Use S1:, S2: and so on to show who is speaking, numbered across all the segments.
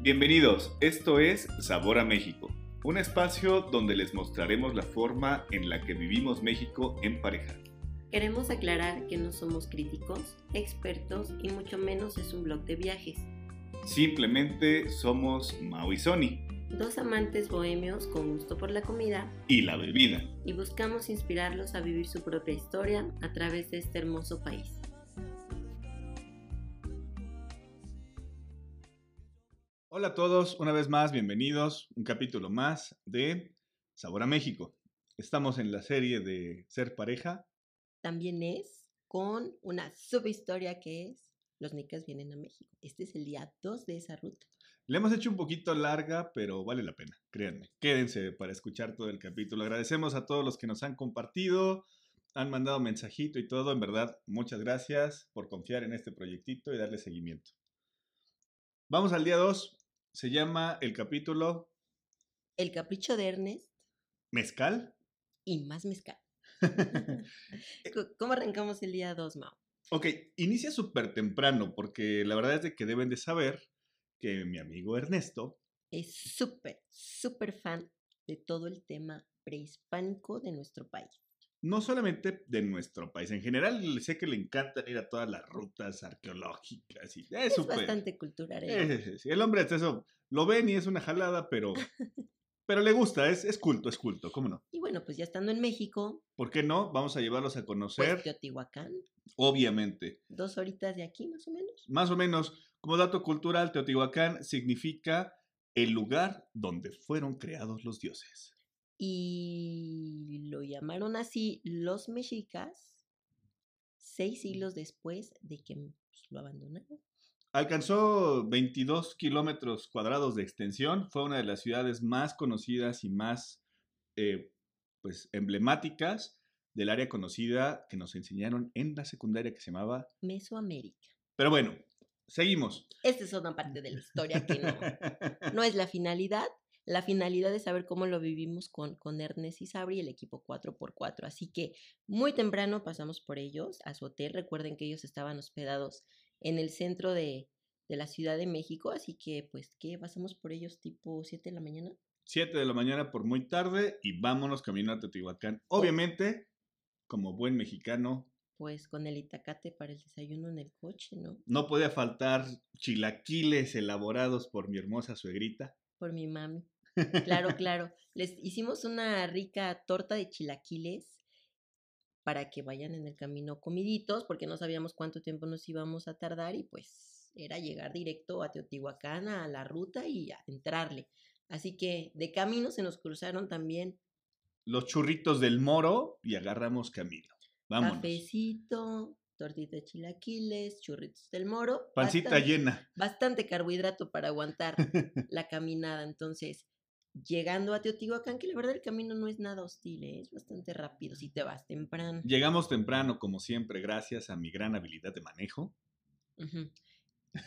S1: Bienvenidos, esto es Sabor a México, un espacio donde les mostraremos la forma en la que vivimos México en pareja.
S2: Queremos aclarar que no somos críticos, expertos y mucho menos es un blog de viajes.
S1: Simplemente somos Mau y Sony
S2: Dos amantes bohemios con gusto por la comida
S1: y la bebida.
S2: y buscamos inspirarlos a vivir su propia historia a través de este hermoso país.
S1: Hola a todos, una vez más, bienvenidos, un capítulo más de Sabor a México. Estamos en la serie de Ser Pareja.
S2: También es con una subhistoria que es Los Nicas vienen a México. Este es el día 2 de esa ruta.
S1: Le hemos hecho un poquito larga, pero vale la pena, créanme. Quédense para escuchar todo el capítulo. Agradecemos a todos los que nos han compartido, han mandado mensajito y todo. En verdad, muchas gracias por confiar en este proyectito y darle seguimiento. Vamos al día 2. Se llama el capítulo
S2: El capricho de Ernest
S1: Mezcal.
S2: y más mezcal. Co- ¿Cómo arrancamos el día 2, Mao?
S1: Ok, inicia súper temprano porque la verdad es de que deben de saber que mi amigo Ernesto,
S2: Es súper, súper fan de todo el tema prehispánico de nuestro país.
S1: no solamente de nuestro país, en general le sé que le encantan ir a todas las rutas arqueológicas y es
S2: Es
S1: súper. Eh.
S2: bastante cultural.
S1: sí, sí, sí, sí, El hombre hasta eso lo ven y es una jalada, pero, pero le gusta, es, es culto, es culto, ¿cómo no?
S2: Y bueno, pues ya estando en México,
S1: ¿Por qué no? Vamos a llevarlos a conocer,
S2: pues Teotihuacán,
S1: obviamente.
S2: dos horitas de aquí más o menos.
S1: Más o menos, como dato cultural, Teotihuacán significa el lugar donde fueron creados los dioses.
S2: Y lo llamaron así los mexicas seis siglos después de que pues, lo abandonaron.
S1: Alcanzó 22 kilómetros cuadrados de extensión, fue una de las ciudades más conocidas y más eh, pues, emblemáticas del área conocida que nos enseñaron en la secundaria que se llamaba...
S2: Mesoamérica.
S1: Pero bueno, seguimos.
S2: Esta es otra parte de la historia que no, no es la finalidad. La finalidad es saber cómo lo vivimos con, con Ernest y Sabri, el equipo 4x4. Así que muy temprano pasamos por ellos a su hotel. Recuerden que ellos estaban hospedados en el centro de, de la Ciudad de México. Así que, pues, ¿qué? Pasamos por ellos tipo 7 de la mañana.
S1: 7 de la mañana por muy tarde y vámonos camino a Teotihuacán. Obviamente, como buen mexicano,
S2: Pues con el itacate para el desayuno en el coche, ¿no?
S1: No podía faltar chilaquiles elaborados por mi hermosa suegrita.
S2: Por mi mami. Claro, claro. Les hicimos una rica torta de chilaquiles para que vayan en el camino comiditos, porque no sabíamos cuánto tiempo nos íbamos a tardar y pues era llegar directo a Teotihuacán, a la ruta y a entrarle. Así que de camino se nos cruzaron también
S1: Los churritos del moro y agarramos camino. Vámonos.
S2: cafecito, tortita de chilaquiles, churritos del moro.
S1: Pancita
S2: bastante-
S1: llena.
S2: bastante carbohidrato para aguantar la caminada. Entonces, llegando a Teotihuacán, que la verdad el camino no es nada hostil, ¿eh? es bastante rápido si te vas temprano.
S1: Llegamos temprano, como siempre, gracias a mi gran habilidad de manejo.
S2: Ujú.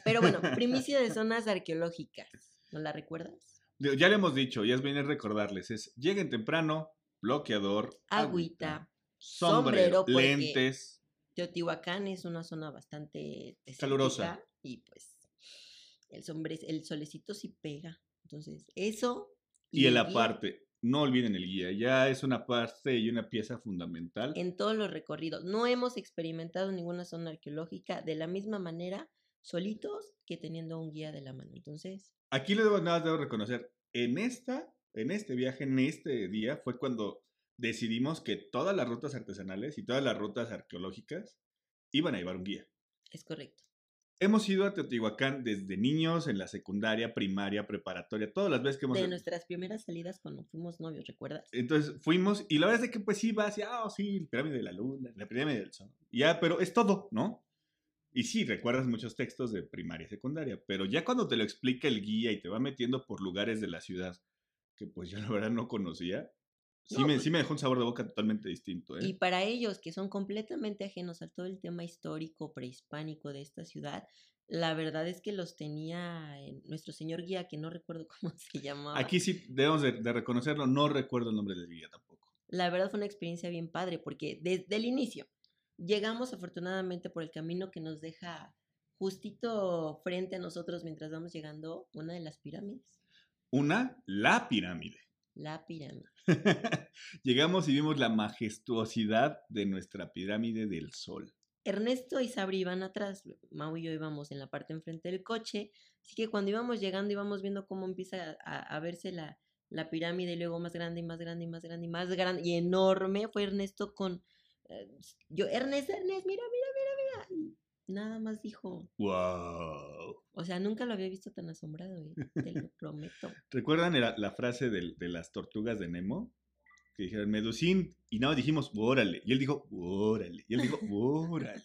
S2: Pero bueno, primicia de zonas arqueológicas. ¿No la recuerdas?
S1: Digo, Ya le hemos dicho, ya es venir recordarles, es lleguen temprano, bloqueador,
S2: Agüita. sombrero,
S1: sombrero,
S2: porque-
S1: lentes.
S2: Teotihuacán es una zona bastante desértica
S1: Calurosa.
S2: Y pues el, sombre, el solecito sí pega. Entonces, eso.
S1: Y en
S2: el
S1: la
S2: guía
S1: parte, no olviden el guía, ya es una parte y una pieza fundamental.
S2: en todos los recorridos. No hemos experimentado ninguna zona arqueológica de la misma manera solitos que teniendo un guía de la mano. Entonces,
S1: Aquí le debo, nada más debo reconocer, en esta, en este viaje, en este día, fue cuando decidimos que todas las rutas artesanales y todas las rutas arqueológicas iban a llevar un guía.
S2: es correcto.
S1: Hemos ido a Teotihuacán desde niños, en la secundaria, primaria, preparatoria, todas las veces que hemos
S2: De
S1: ido.
S2: nuestras primeras salidas cuando fuimos novios, ¿recuerdas?
S1: Entonces fuimos y la verdad es de que pues sí, va hacia, ah, sí, la pirámide de la luna, la pirámide del sol. y Ya, pero es todo, ¿no? Y sí, recuerdas muchos textos de primaria y secundaria, pero ya cuando te lo explica el guía y te va metiendo por lugares de la ciudad que pues yo la verdad no conocía, sí,
S2: No,
S1: me,
S2: pues-
S1: sí me dejó un sabor de boca totalmente distinto, ¿eh?
S2: Y para ellos que son completamente ajenos a todo el tema histórico prehispánico de esta ciudad, la verdad es que los tenía en nuestro señor guía, que no recuerdo cómo se llamaba.
S1: Aquí sí debemos de, de reconocerlo, no recuerdo el nombre del guía tampoco.
S2: La verdad fue una experiencia bien padre porque desde el inicio llegamos afortunadamente por el camino que nos deja justito frente a nosotros mientras vamos llegando una de las pirámides.
S1: Una, la pirámide.
S2: La pirámide.
S1: Llegamos y vimos la majestuosidad de nuestra pirámide del sol.
S2: Ernesto y Sabri iban atrás, Mau y yo íbamos en la parte enfrente del coche, así que cuando íbamos llegando íbamos viendo cómo empieza a, a verse la, la pirámide y luego más grande y más grande y más grande y más grande y enorme. Fue Ernesto con... eh, yo, Ernest, Ernest, mira, mira, mira, mira. Y nada más dijo.
S1: ¡Wow!
S2: O sea, nunca lo había visto tan asombrado, ¿eh? te lo prometo.
S1: ¿Recuerdan la, la frase del- de, las tortugas de Nemo? Que dijeron Medusín y nada, dijimos, órale. Y él dijo, órale. Y él dijo, órale.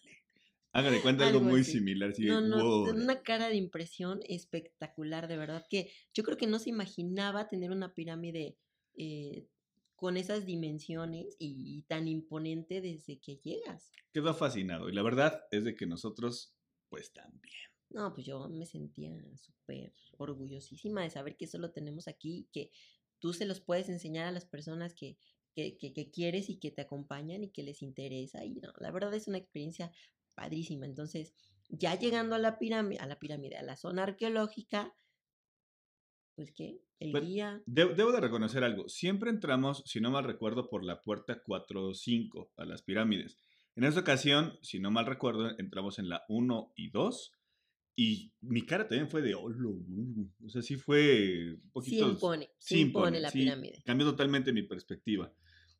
S1: Hágale cuenta algo
S2: Algo
S1: muy
S2: así.
S1: similar. así de,
S2: No, no,
S1: "Órale".
S2: una cara de impresión espectacular, de verdad, que yo creo que no se imaginaba tener una pirámide eh, con esas dimensiones y, y tan imponente desde que llegas.
S1: Quedó fascinado. Y la verdad es de que nosotros, pues también.
S2: No, pues yo me sentía súper orgullosísima de saber que eso lo tenemos aquí, que tú se los puedes enseñar a las personas que, que, que- que quieres y que te acompañan y que les interesa. Y no, la verdad es una experiencia padrísima. Entonces, ya llegando a la pirámide, a la pirámide, a la zona arqueológica, pues que el
S1: Pues-
S2: guía,
S1: De- debo de reconocer algo. Siempre entramos, si no mal recuerdo, por la puerta 4 o 5 a las pirámides. En esta ocasión, si no mal recuerdo, entramos en la 1 y 2. Y mi cara también fue de olo. uh". O sea, sí fue un
S2: sí
S1: poquito.
S2: impone, sí
S1: sí
S2: impone,
S1: impone,
S2: la
S1: sí.
S2: pirámide.
S1: Cambió totalmente mi perspectiva.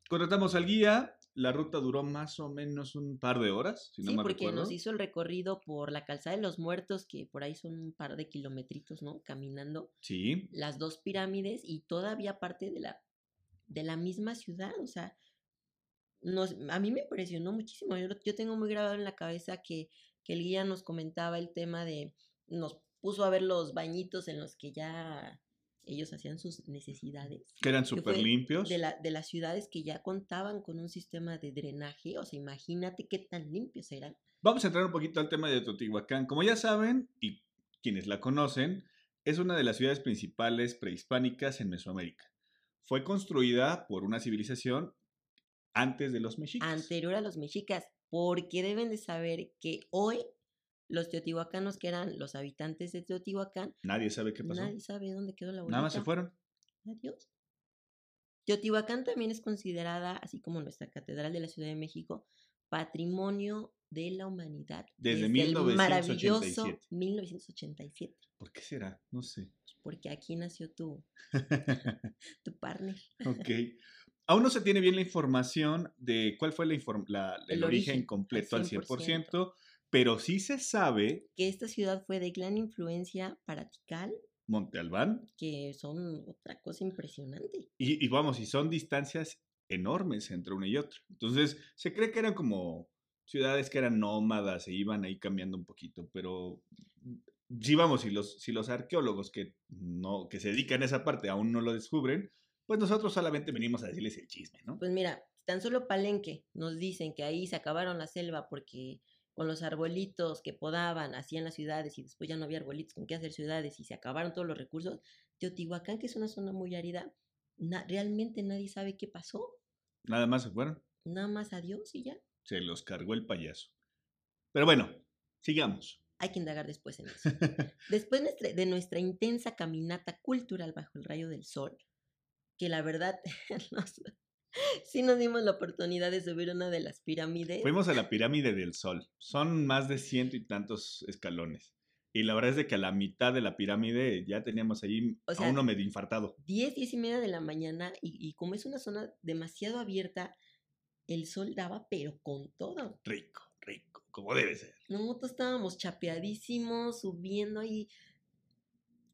S1: Contratamos al guía. La ruta duró más o menos un par de horas, si no
S2: sí,
S1: mal
S2: porque
S1: recuerdo.
S2: nos hizo el recorrido por la calzada de los muertos, que por ahí son un par de kilometritos, ¿no? Caminando.
S1: Sí,
S2: las dos pirámides y todavía parte de la, de la misma ciudad. O sea, nos, a mí me impresionó muchísimo. Yo, lo- yo tengo muy grabado en la cabeza que, que el guía nos comentaba el tema de, nos puso a ver los bañitos en los que ya ellos hacían sus necesidades.
S1: que eran
S2: fue
S1: súper limpios.
S2: De, la, de las ciudades que ya contaban con un sistema de drenaje, o sea, imagínate qué tan limpios eran.
S1: Vamos a entrar un poquito al tema de Teotihuacán. Como ya saben, y quienes la conocen, es una de las ciudades principales prehispánicas en Mesoamérica. Fue construida por una civilización antes de los mexicas.
S2: anterior a los mexicas, porque deben de saber que hoy los teotihuacanos, que eran los habitantes de Teotihuacán,
S1: Nadie sabe qué pasó.
S2: nadie sabe dónde quedó la abuelita.
S1: Nada más se fueron.
S2: Adiós. Teotihuacán también es considerada, así como nuestra Catedral de la Ciudad de México, Patrimonio de la Humanidad.
S1: Desde
S2: el maravilloso
S1: 1987.
S2: 1987.
S1: ¿Por qué será? No sé.
S2: Porque aquí nació tu, tu partner.
S1: ok. Aún no se tiene bien la información de cuál fue la inform- la- el,
S2: El
S1: origen,
S2: origen, al
S1: completo al 100%,
S2: 100%.
S1: pero sí se sabe,
S2: Que esta ciudad fue de gran influencia para Tikal,
S1: Monte Albán,
S2: que son otra cosa impresionante.
S1: Y, y vamos, y son distancias enormes entre una y otra. Entonces, se cree que eran como ciudades que eran nómadas, se iban ahí cambiando un poquito, pero sí, vamos, si los, si los arqueólogos que, no, que se dedican a esa parte aún no lo descubren, pues nosotros solamente venimos a decirles el chisme, ¿no?
S2: Pues mira, tan solo Palenque nos dicen que ahí se acabaron la selva porque con los arbolitos que podaban hacían las ciudades y después ya no había arbolitos con qué hacer ciudades y se acabaron todos los recursos. Teotihuacán, que es una zona muy árida, na- realmente nadie sabe qué pasó.
S1: Nada más se fueron,
S2: Nada más adiós y ya.
S1: se los cargó el payaso. Pero bueno, sigamos.
S2: Hay que indagar después en eso. Después nuestra- de nuestra intensa caminata cultural bajo el rayo del sol, que la verdad nos- sí nos dimos la oportunidad de subir una de las pirámides.
S1: Fuimos a la pirámide del sol. Son más de ciento y tantos escalones. Y la verdad es de que a la mitad de la pirámide ya teníamos ahí
S2: O
S1: a
S2: sea,
S1: uno medio infartado.
S2: 10, 10 y media de la mañana y, y como es una zona demasiado abierta, el sol daba pero con todo.
S1: Rico, rico, como debe ser.
S2: Nosotros estábamos chapeadísimos, subiendo ahí,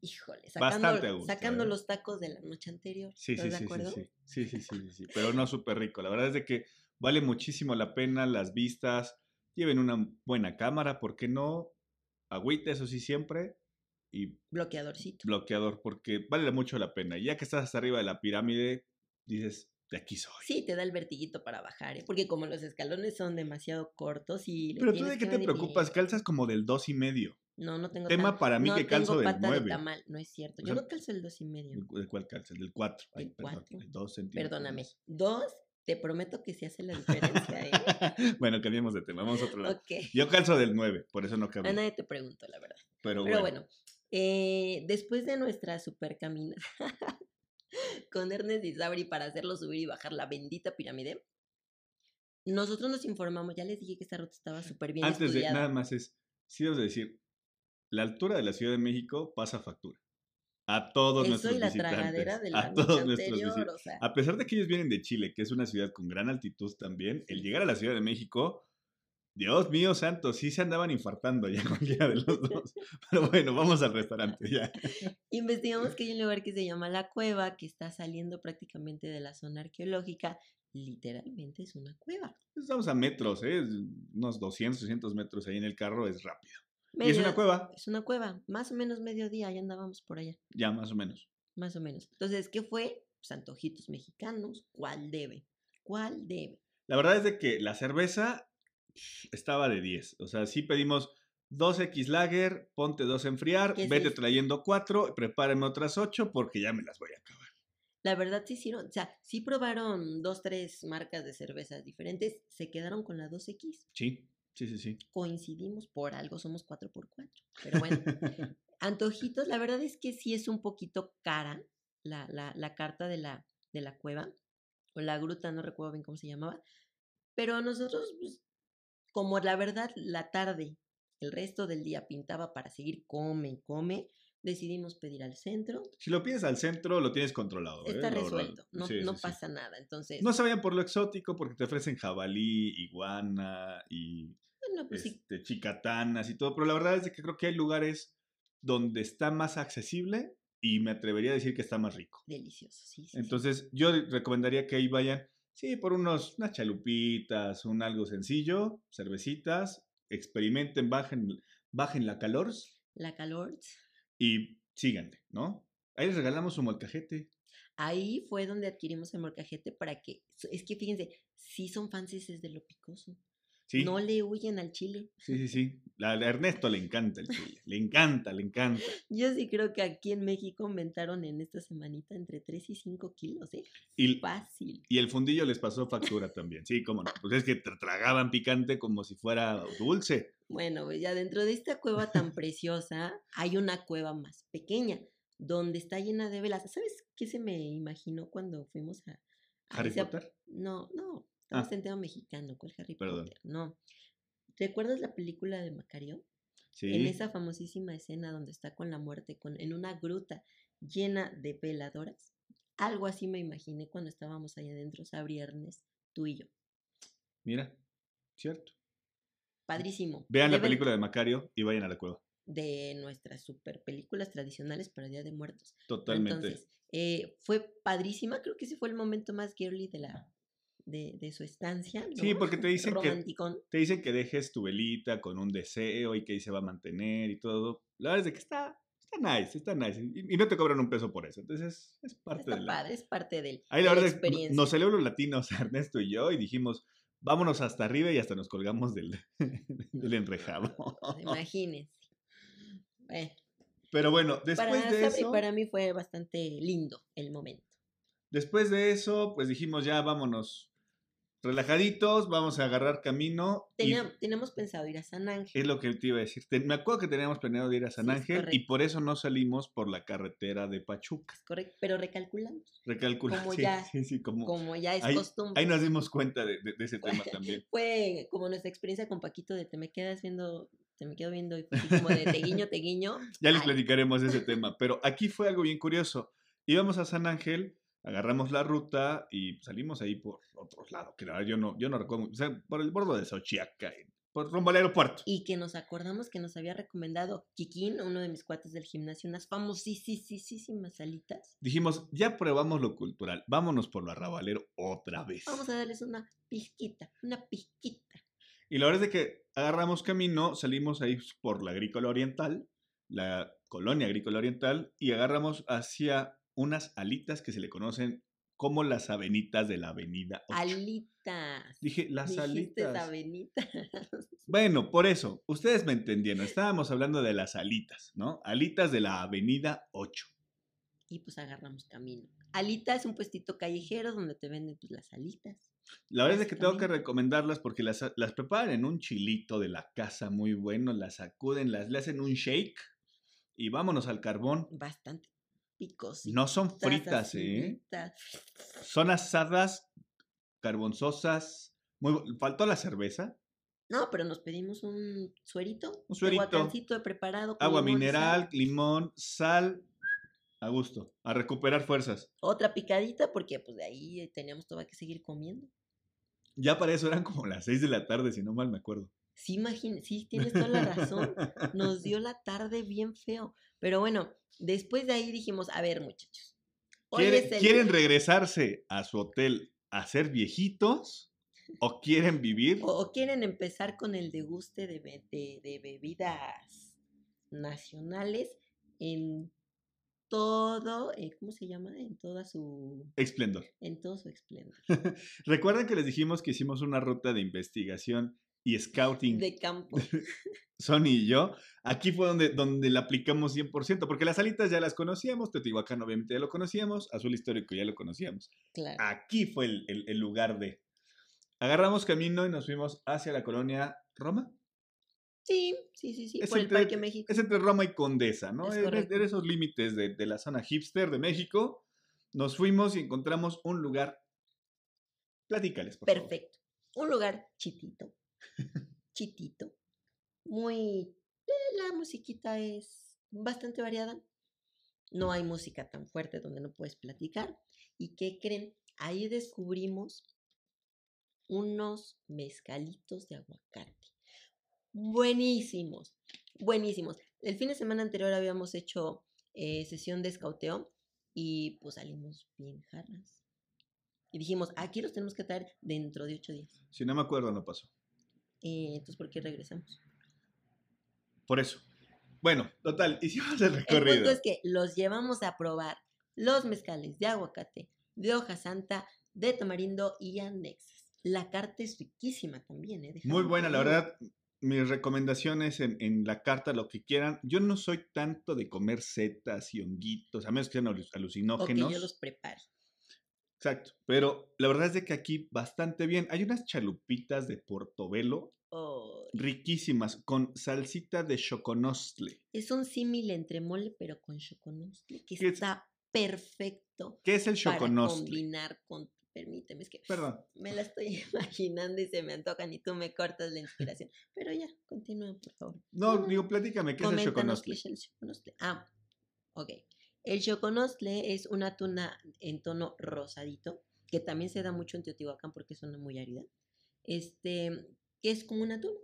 S2: híjole,
S1: Bastante a
S2: sacando,
S1: gusto,
S2: sacando
S1: ¿eh?
S2: los tacos de la noche anterior.
S1: Sí, sí,
S2: ¿Estás de
S1: sí, sí,
S2: acuerdo?
S1: sí, sí, sí, sí, sí, sí, Pero no súper rico. La verdad es de que vale muchísimo la pena las vistas. Lleven una buena cámara, ¿por qué no? Agüita, eso sí, siempre. Y
S2: Bloqueadorcito.
S1: bloqueador, porque vale mucho la pena. Y ya que estás hasta arriba de la pirámide, dices, de aquí soy.
S2: Sí, te da el vertiguito para bajar, ¿eh? porque como los escalones son demasiado cortos y... le
S1: Pero tú
S2: tienes
S1: de qué
S2: que
S1: te
S2: venir
S1: preocupas,
S2: bien.
S1: calzas como del dos y medio.
S2: No, no tengo
S1: Tema
S2: tan-
S1: para mí
S2: no
S1: que calzo
S2: tengo
S1: del
S2: pata de
S1: 9.
S2: tamal, no es cierto.
S1: O
S2: Yo
S1: sea,
S2: no calzo el dos y medio.
S1: ¿De cuál calzas? Del 4.
S2: Del
S1: perdón,
S2: cuatro.
S1: el 2 centímetros.
S2: Perdóname. Dos Te prometo que sí hace la diferencia, ¿eh?
S1: bueno, cambiemos de tema, vamos a otro lado.
S2: ok.
S1: Yo calzo del 9, por eso no
S2: A
S1: cambio.
S2: nadie te pregunto, la verdad.
S1: Pero
S2: Pero
S1: bueno,
S2: bueno, eh, después de nuestra super caminata con Ernest y Sabri para hacerlo subir y bajar la bendita pirámide, nosotros nos informamos, ya les dije que esta ruta estaba súper bien
S1: antes de
S2: estudiada.
S1: nada más es, sí debes de decir, la altura de la Ciudad de México pasa factura. A todos
S2: Eso
S1: nuestros
S2: y la
S1: visitantes.
S2: tragadera de la
S1: a
S2: noche
S1: todos nuestros
S2: anterior,
S1: visitantes.
S2: o sea,
S1: A pesar de que ellos vienen de Chile, que es una ciudad con gran altitud también, el llegar a la Ciudad de México, Dios mío santo, sí se andaban infartando ya cualquiera de los dos. Pero bueno, vamos al restaurante ya.
S2: investigamos que hay un lugar que se llama La Cueva, que está saliendo prácticamente de la zona arqueológica. Literalmente es una cueva.
S1: Estamos a metros, ¿eh? unos 200, 300 metros ahí en el carro, es rápido. Y es
S2: Medio-
S1: una cueva,
S2: Es pues, una cueva, más o menos mediodía, ya andábamos por allá.
S1: ya más o menos.
S2: Más o menos. Entonces, ¿qué fue? Pues antojitos mexicanos. ¿Cuál debe? ¿Cuál debe?
S1: La verdad es de que la cerveza estaba de 10. O sea, sí pedimos 2X Lager, ponte dos a enfriar,
S2: ¿Qué es
S1: vete
S2: esto?
S1: trayendo cuatro, prepárame otras ocho porque ya me las voy a acabar.
S2: La verdad sí hicieron, o sea, sí probaron dos, tres marcas de cervezas diferentes, se quedaron con la 2X.
S1: Sí, sí, sí, sí.
S2: Coincidimos por algo, somos 4x4. Pero bueno, antojitos, la verdad es que sí es un poquito cara la, la, la carta de la, de la cueva, o la gruta, no recuerdo bien cómo se llamaba, pero nosotros, pues, como la verdad, la tarde, el resto del día pintaba para seguir come y come, decidimos pedir al centro,
S1: Si lo pides al centro, lo tienes controlado. ¿eh? La
S2: está
S1: verdad.
S2: resuelto, no,
S1: Sí,
S2: no
S1: sí, sí.
S2: pasa nada, entonces,
S1: No se vayan por lo exótico porque te ofrecen jabalí, iguana y
S2: bueno, pues sí,
S1: este, chicatanas y todo. Pero la verdad es de que creo que hay lugares donde está más accesible y me atrevería a decir que está más rico.
S2: delicioso, sí, sí, sí.
S1: Entonces, yo re- recomendaría que ahí vayan, sí, por unos, unas chalupitas, un algo sencillo, cervecitas, experimenten, bajen, bajen la calor
S2: la calor,
S1: y síganle, ¿no? Ahí les regalamos un molcajete.
S2: ahí fue donde adquirimos el morcajete para que, es que fíjense, sí son fanses de lo picoso.
S1: Sí,
S2: No le huyen al chile.
S1: sí, sí, sí. La- a Ernesto le encanta el chile, le encanta, le encanta.
S2: Yo sí creo que aquí en México inventaron en esta semanita entre 3 y 5 kilos, ¿eh?
S1: Y,
S2: Fácil.
S1: y el fundillo les pasó factura también, sí, cómo no. Pues es que tra- tragaban picante como si fuera dulce.
S2: Bueno, pues ya dentro de esta cueva tan preciosa hay una cueva más pequeña, donde está llena de velas. ¿Sabes qué se me imaginó cuando fuimos a... a
S1: Harry
S2: ese ap-
S1: Potter.
S2: No, no,
S1: Ah.
S2: estamos en tema mexicano, ¿cuál Harry
S1: Perdón.
S2: Potter? No. ¿Recuerdas la película de Macario? en
S1: Sí.
S2: esa famosísima escena donde está con la muerte con, en una gruta llena de veladoras. Algo así me imaginé cuando estábamos ahí adentro, Sabri Ernest, tú y yo.
S1: Mira, cierto.
S2: Padrísimo.
S1: Vean la
S2: Lleven
S1: película de Macario y vayan a la cueva.
S2: de nuestras super películas tradicionales para Día de Muertos.
S1: Totalmente.
S2: Entonces, eh, fue padrísima. Creo que ese fue el momento más girly de la de, de su estancia.
S1: Sí,
S2: ¿no?
S1: porque te dicen que-
S2: Romanticón.
S1: te dicen que dejes tu velita con un deseo y que ahí se va a mantener y todo. La verdad es de que está, está nice, está nice. Y, y no te cobran un peso por eso. Entonces es, es parte
S2: Está
S1: de la...
S2: padre, es parte del,
S1: Ahí la
S2: de
S1: verdad
S2: la
S1: es que no-
S2: experiencia.
S1: nos celebró los latinos, Ernesto y yo, y dijimos, vámonos hasta arriba y hasta nos colgamos del, del enrejado.
S2: Imagínense. Eh, Bueno.
S1: Pero bueno, después
S2: para
S1: de
S2: Sabri,
S1: eso...
S2: para mí fue bastante lindo el momento.
S1: Después de eso, pues dijimos ya vámonos relajaditos, vamos a agarrar camino. y
S2: Tenía- Tenemos pensado ir a San Ángel.
S1: Es lo que te iba a decir. Te- me acuerdo que teníamos planeado de ir a San
S2: Sí, es
S1: Ángel y
S2: correcto.
S1: por eso no salimos por la carretera de Pachuca.
S2: es correcto, pero recalculamos,
S1: Recalcula.
S2: Como
S1: sí,
S2: ya-
S1: sí, sí, como-
S2: como ya es
S1: ahí-
S2: costumbre.
S1: Ahí nos dimos cuenta de, de- de ese tema
S2: Bueno,
S1: también.
S2: Fue como nuestra experiencia con Paquito de te me quedas viendo, te me quedo viendo y fue así como de te guiño, te guiño.
S1: Ya les
S2: ay.
S1: platicaremos de ese tema. Pero aquí fue algo bien curioso. Íbamos a San Ángel, agarramos la ruta y salimos ahí por otro lado. Que la verdad yo no, yo no recuerdo. O sea, por el bordo de Xochiaca, eh, por rumbo al aeropuerto.
S2: Y que nos acordamos que nos había recomendado Kikín, uno de mis cuates del gimnasio, unas famosísimas salitas.
S1: Dijimos, ya probamos lo cultural, vámonos por lo arrabalero otra vez.
S2: Vamos a darles una pizquita, una pizquita.
S1: Y la verdad es de que agarramos camino, salimos ahí por la agrícola oriental, la colonia agrícola oriental, y agarramos hacia unas alitas que se le conocen como las avenitas de la avenida 8.
S2: Alitas.
S1: Dije, las
S2: Dijiste
S1: alitas.
S2: Sabenita.
S1: Bueno, por eso, ustedes me entendieron, estábamos hablando de las alitas, ¿no? Alitas de la avenida 8.
S2: y pues agarramos camino. Alita es un puestito callejero donde te venden pues, las alitas.
S1: La verdad es que tengo que recomendarlas porque las, las preparan en un chilito de la casa muy bueno, las sacuden, las le hacen un shake y vámonos al carbón.
S2: Bastante picositas.
S1: No son fritas, ¿eh?
S2: aciditas.
S1: Son asadas, carbonzosas. Muy, bu- faltó la cerveza,
S2: No, pero nos pedimos un suerito.
S1: Un suerito.
S2: aguacancito preparado. con
S1: agua
S2: limón y sal.
S1: mineral, limón, sal. A gusto, a recuperar fuerzas.
S2: Otra picadita porque pues de ahí teníamos todavía que seguir comiendo.
S1: Ya para eso eran como las 6 de la tarde, si no mal me acuerdo.
S2: Sí, imagina, sí, tienes toda la razón. Nos dio la tarde bien feo. Pero bueno, después de ahí dijimos, a ver muchachos. hoy
S1: ¿Quieren,
S2: es el-
S1: quieren regresarse a su hotel a ser viejitos o quieren vivir?
S2: o, o quieren empezar con el deguste de, be- de- de bebidas nacionales en todo, eh, ¿cómo se llama? En toda su,
S1: Esplendor.
S2: en todo su esplendor.
S1: Recuerden que les dijimos que hicimos una ruta de investigación y scouting,
S2: De campo.
S1: Sony y yo. Aquí fue donde, donde la aplicamos 100%, porque las alitas ya las conocíamos, Teotihuacán obviamente ya lo conocíamos, Azul Histórico ya lo conocíamos.
S2: Claro.
S1: Aquí fue el, el- el lugar de... Agarramos camino y nos fuimos hacia la colonia Roma.
S2: Sí, sí, sí, sí.
S1: Es
S2: Por el
S1: entre-
S2: Parque México.
S1: es entre Roma y Condesa, ¿no?
S2: Es
S1: Es de-
S2: correcto.
S1: de esos límites de, de la zona hipster de México. Nos fuimos y encontramos un lugar. Platícales, por favor.
S2: Perfecto. Un lugar chitito. chitito. Muy. eh, La musiquita es bastante variada. No hay música tan fuerte donde no puedes platicar. ¿Y qué creen? Ahí descubrimos unos mezcalitos de aguacate. Buenísimos, buenísimos. El fin de semana anterior habíamos hecho eh, sesión de escauteo y pues salimos bien jarras. Y dijimos, "Ah, aquí los tenemos que traer dentro de ocho días.
S1: Si no me acuerdo, no pasó.
S2: Eh, entonces, ¿por qué regresamos?
S1: Por eso. Bueno, total, hicimos el
S2: El punto
S1: recorrido.
S2: es que los llevamos a probar los mezcales de aguacate, de hoja santa, de tamarindo y anexas. La carta es riquísima también, ¿eh?
S1: Muy
S2: Déjame
S1: buena,
S2: te
S1: la
S2: digo.
S1: verdad. Mis recomendaciones en, en la carta, lo que quieran. Yo no soy tanto de comer setas y honguitos, a menos que sean alu-
S2: O que
S1: alucinógenos.
S2: yo los prepare.
S1: Exacto. Pero la verdad es de que aquí bastante bien. Hay unas chalupitas de portobelo
S2: Oh,
S1: riquísimas con salsita de choconostle,
S2: es un símil entre mole, pero con choconostle, que
S1: ¿Qué es?
S2: está perfecto
S1: ¿Qué es el
S2: para
S1: choconostle?
S2: combinar con... Permíteme, es que
S1: Perdón.
S2: me la estoy imaginando y se me antojan y tú me cortas la inspiración. Pero ya, continúa, por favor.
S1: No, digo, platícame, ¿qué es el
S2: Coméntanos
S1: choconostle?
S2: qué es el choconostle. Ah, ok. El choconostle es una tuna en tono rosadito, que también se da mucho en Teotihuacán porque es una muy árida. Este, que es como una tuna.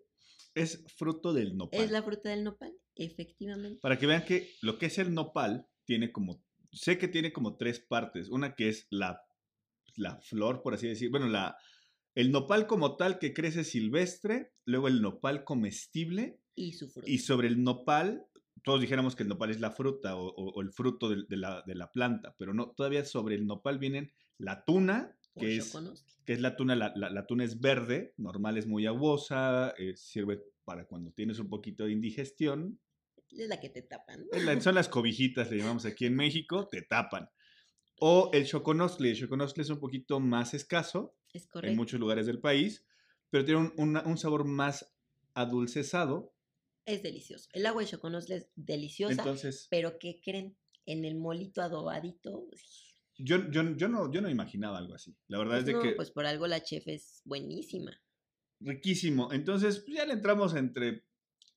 S1: Es fruto del nopal.
S2: Es la fruta del nopal, efectivamente.
S1: Para que vean que lo que es el nopal tiene como, sé que tiene como tres partes. Una que es la, la flor, por así decir. Bueno, la, el nopal como tal que crece silvestre, luego el nopal comestible
S2: Y su fruta.
S1: Y sobre el nopal, todos dijéramos que el nopal es la fruta o, o- o el fruto del- de, la, de la planta, pero no, todavía sobre el nopal vienen la tuna,
S2: o
S1: que es,
S2: choconostle.
S1: que es la tuna, la, la- la tuna es verde, normal es muy aguosa, eh, sirve para cuando tienes un poquito de indigestión.
S2: Es la que te tapan. ¿no?
S1: Es la- son las cobijitas, le llamamos aquí en México, te tapan. O el choconostle, el choconostle es un poquito más escaso
S2: Es
S1: en
S2: correcto.
S1: muchos lugares del país, pero tiene un, una- un sabor más adulcesado,
S2: Es delicioso. El agua de choconostle es deliciosa,
S1: entonces...
S2: pero ¿qué creen? En el molito adobadito.
S1: Yo, yo, yo, no, yo no imaginaba algo así. La verdad
S2: pues
S1: es de
S2: no,
S1: que
S2: pues por algo la chef es buenísima.
S1: riquísimo. Entonces, pues, ya le entramos entre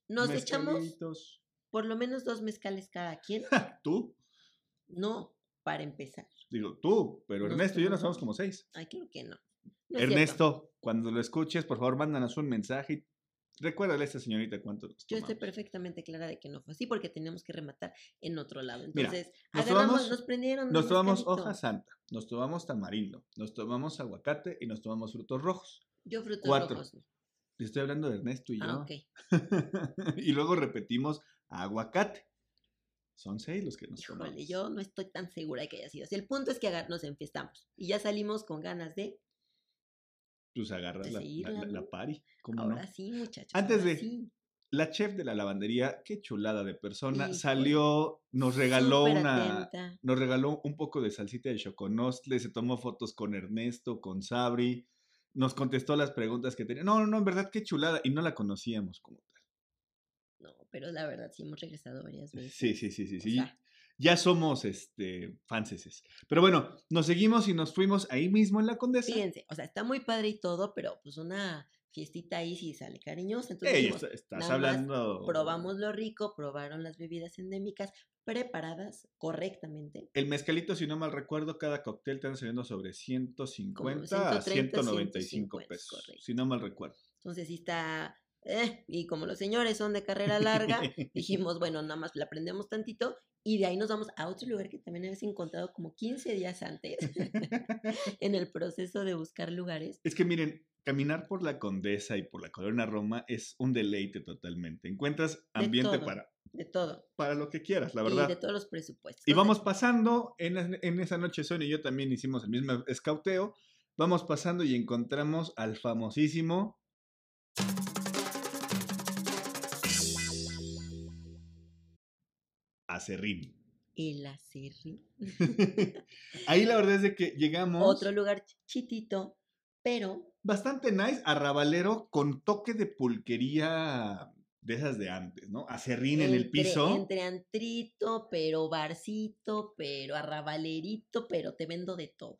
S2: Nos echamos
S1: mezcalitos.
S2: por lo menos dos mezcales cada quien.
S1: Tú,
S2: No, para empezar.
S1: digo, tú, pero
S2: Nos
S1: Ernesto y yo nos
S2: tomamos-
S1: somos como seis.
S2: Ay, creo que no. No es cierto.
S1: Ernesto, cuando lo escuches, por favor, mándanos un mensaje y recuérdale a esta señorita cuánto nos
S2: Yo estoy
S1: tomamos.
S2: perfectamente clara de que no fue así porque teníamos que rematar en otro lado.
S1: Mira,
S2: Entonces,
S1: nos
S2: agarramos,
S1: tomamos-
S2: nos prendieron.
S1: Nos
S2: un
S1: tomamos
S2: mezcalito.
S1: hoja santa, nos tomamos tamarindo, nos tomamos aguacate y nos tomamos frutos rojos.
S2: Yo frutos
S1: cuatro.
S2: rojos. no.
S1: Le estoy hablando de Ernesto y yo.
S2: Ah, ok.
S1: y luego repetimos aguacate. Son seis los que nos
S2: Híjole,
S1: tomamos.
S2: yo no estoy tan segura de que haya sido así. El punto es que agar- nos enfiestamos y ya salimos con ganas de.
S1: Pues agarras
S2: de
S1: la, la,
S2: seguirla,
S1: la- la
S2: ¿no?
S1: pari, ¿cómo no?
S2: Ahora sí, muchachos.
S1: Antes
S2: ahora
S1: de-
S2: sí.
S1: La chef de la lavandería, qué chulada de persona,
S2: Híjole.
S1: salió, nos regaló
S2: Súper
S1: una,
S2: atenta.
S1: nos regaló un poco de salsita de choconostle, se tomó fotos con Ernesto, con Sabri, nos contestó las preguntas que tenía. No, no, no, en verdad qué chulada. Y no la conocíamos como tal.
S2: No, pero la verdad sí hemos regresado varias veces.
S1: Sí, sí, sí, sí,
S2: O
S1: sí.
S2: sea,
S1: ya somos este fanses. Pero bueno, nos seguimos y nos fuimos ahí mismo en la Condesa.
S2: fíjense, o sea, está muy padre y todo, pero pues una fiestita ahí sí sale cariñosa. Entonces
S1: Ey,
S2: dijimos,
S1: est- estás
S2: nada más
S1: hablando.
S2: probamos lo rico, probaron las bebidas endémicas preparadas correctamente.
S1: El mezcalito, si no mal recuerdo, cada cóctel te van saliendo sobre 150 a
S2: 130,
S1: 195
S2: 150,
S1: pesos.
S2: correcto.
S1: Si no mal recuerdo.
S2: Entonces sí está... eh, y como los señores son de carrera larga, dijimos, bueno, nada más la aprendemos tantito y de ahí nos vamos a otro lugar que también habías encontrado como 15 días antes en el proceso de buscar lugares.
S1: Es que miren, caminar por la Condesa y por la Colonia Roma es un deleite totalmente. Encuentras ambiente
S2: todo.
S1: para,
S2: De todo.
S1: para lo que quieras, la
S2: Y de
S1: verdad.
S2: todos los presupuestos.
S1: Y,
S2: O sea,
S1: vamos pasando, en, es- en esa noche Sonia y yo también hicimos el mismo escauteo. Vamos pasando y encontramos al famosísimo Acerrín.
S2: El acerrín.
S1: Ahí la verdad es de que llegamos
S2: Otro lugar chiquitito, pero
S1: bastante nice, arrabalero con toque de pulquería de esas de antes, ¿no? Acerrín en el
S2: entre-
S1: piso.
S2: Entre antrito, pero barcito, pero arrabalerito, pero te vendo de todo.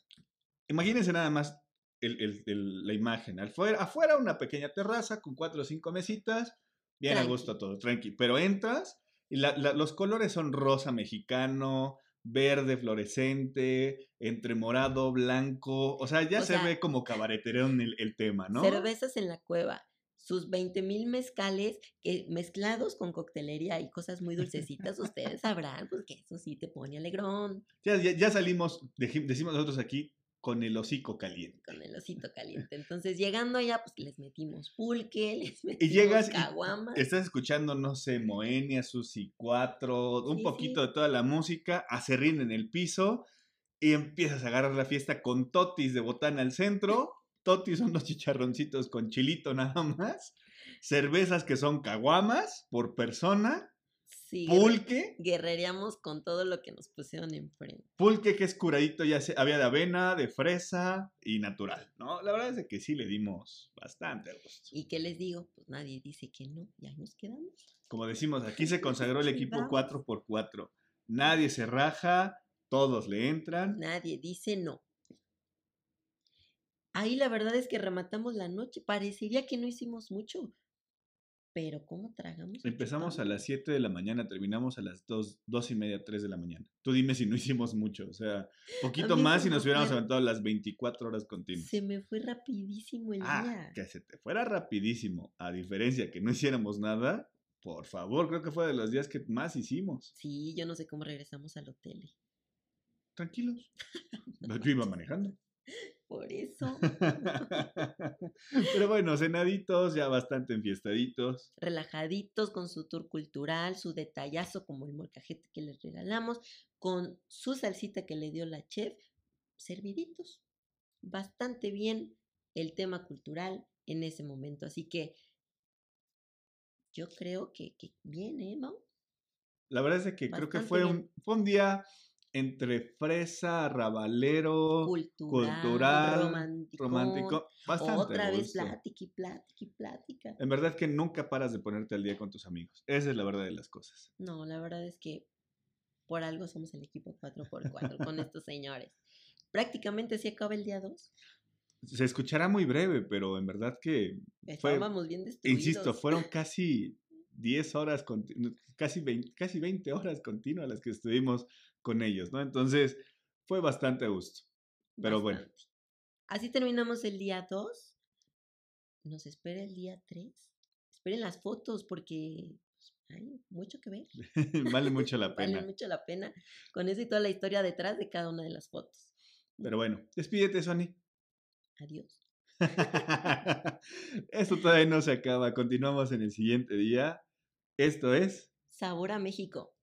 S1: Imagínense nada más el- el- el- la imagen. Afuera, afuera una pequeña terraza con cuatro o cinco mesitas, bien a
S2: Tranqui.
S1: gusto todo, tranqui. Pero entras y la- la- los colores son rosa mexicano, verde fluorescente, entre morado, blanco. O sea, ya
S2: O
S1: se
S2: sea,
S1: ve como cabaretero en el, el tema, Ah, ¿no?
S2: Cervezas en la cueva, sus 20 mil mezcales que mezclados con coctelería y cosas muy dulcecitas, ustedes sabrán, porque eso sí te pone alegrón
S1: Ya, ya- ya salimos, deji- decimos nosotros aquí, con el hocico caliente.
S2: con el osito caliente. Entonces, llegando allá, pues les metimos pulque, les metimos
S1: llegas y-
S2: caguama.
S1: Estás escuchando, no sé, Moenia, Susi 4, un
S2: Sí,
S1: poquito
S2: sí.
S1: de toda la música, acerrín en el piso y empiezas a agarrar la fiesta con totis de botana al centro. Totis son los chicharroncitos con chilito nada más. Cervezas que son caguamas por persona.
S2: Sí, guerre-
S1: Pulque.
S2: guerreríamos con todo lo que nos pusieron enfrente.
S1: Pulque que es curadito, ya se- había de avena, de fresa y natural, ¿no? La verdad es de que sí le dimos bastante a gusto.
S2: ¿Y qué les digo? Pues nadie dice que no, ya nos quedamos.
S1: Como decimos, aquí se consagró el equipo
S2: Vamos.
S1: 4x4. Nadie se raja, todos le entran.
S2: Nadie dice no. Ahí la verdad es que rematamos la noche. Parecería que no hicimos mucho. Pero ¿cómo tragamos?
S1: Empezamos a las 7 de la mañana, terminamos a las 2, 2 y media, 3 de la mañana. Tú dime si no hicimos mucho, o sea, poquito
S2: mí se
S1: más y
S2: me
S1: nos hubiéramos
S2: ocurre-
S1: aventado las 24 horas continuas.
S2: Se me fue rapidísimo el
S1: Ah,
S2: día.
S1: que se te fuera rapidísimo, a diferencia que no hiciéramos nada, por favor, creo que fue de los días que más hicimos.
S2: Sí, yo no sé cómo regresamos al hotel. eh,
S1: Tranquilos. Yo iba manejando.
S2: Por eso,
S1: Pero bueno, cenaditos, ya bastante enfiestaditos.
S2: relajaditos con su tour cultural, su detallazo como el molcajete que les regalamos, con su salsita que le dio la chef, serviditos. Bastante bien el tema cultural en ese momento. Así que yo creo que, que bien, ¿eh, Mau?
S1: La verdad es de que creo que
S2: Bastante
S1: fue un,
S2: bien.
S1: fue un día entre fresa, rabalero,
S2: Cultural,
S1: Oh, cultural,
S2: romántico.
S1: romántico. Bastante.
S2: Otra
S1: a
S2: vez
S1: gusto.
S2: plática y plática y plática.
S1: En verdad que nunca paras de ponerte al día con tus amigos. Esa es la verdad de las cosas.
S2: No, la verdad es que por algo somos el equipo 4x4 con estos señores. Prácticamente se acaba el día 2.
S1: Se escuchará muy breve, pero en verdad que,
S2: Estábamos bien destruidos.
S1: insisto, fueron casi 10 horas, continu- casi 20, casi 20 horas continuas las que estuvimos con ellos, ¿no? Entonces, fue bastante a gusto. Pero bueno.
S2: Bastante. Así terminamos el día 2. Nos espera el día 3. Esperen las fotos porque pues, hay mucho que ver.
S1: vale mucho la
S2: Vale
S1: pena.
S2: mucho la pena con eso y toda la historia detrás de cada una de las fotos.
S1: Pero bueno, despídete, Sony.
S2: Adiós.
S1: Esto todavía no se acaba. Continuamos en el siguiente día. Esto es.
S2: Sabor a México.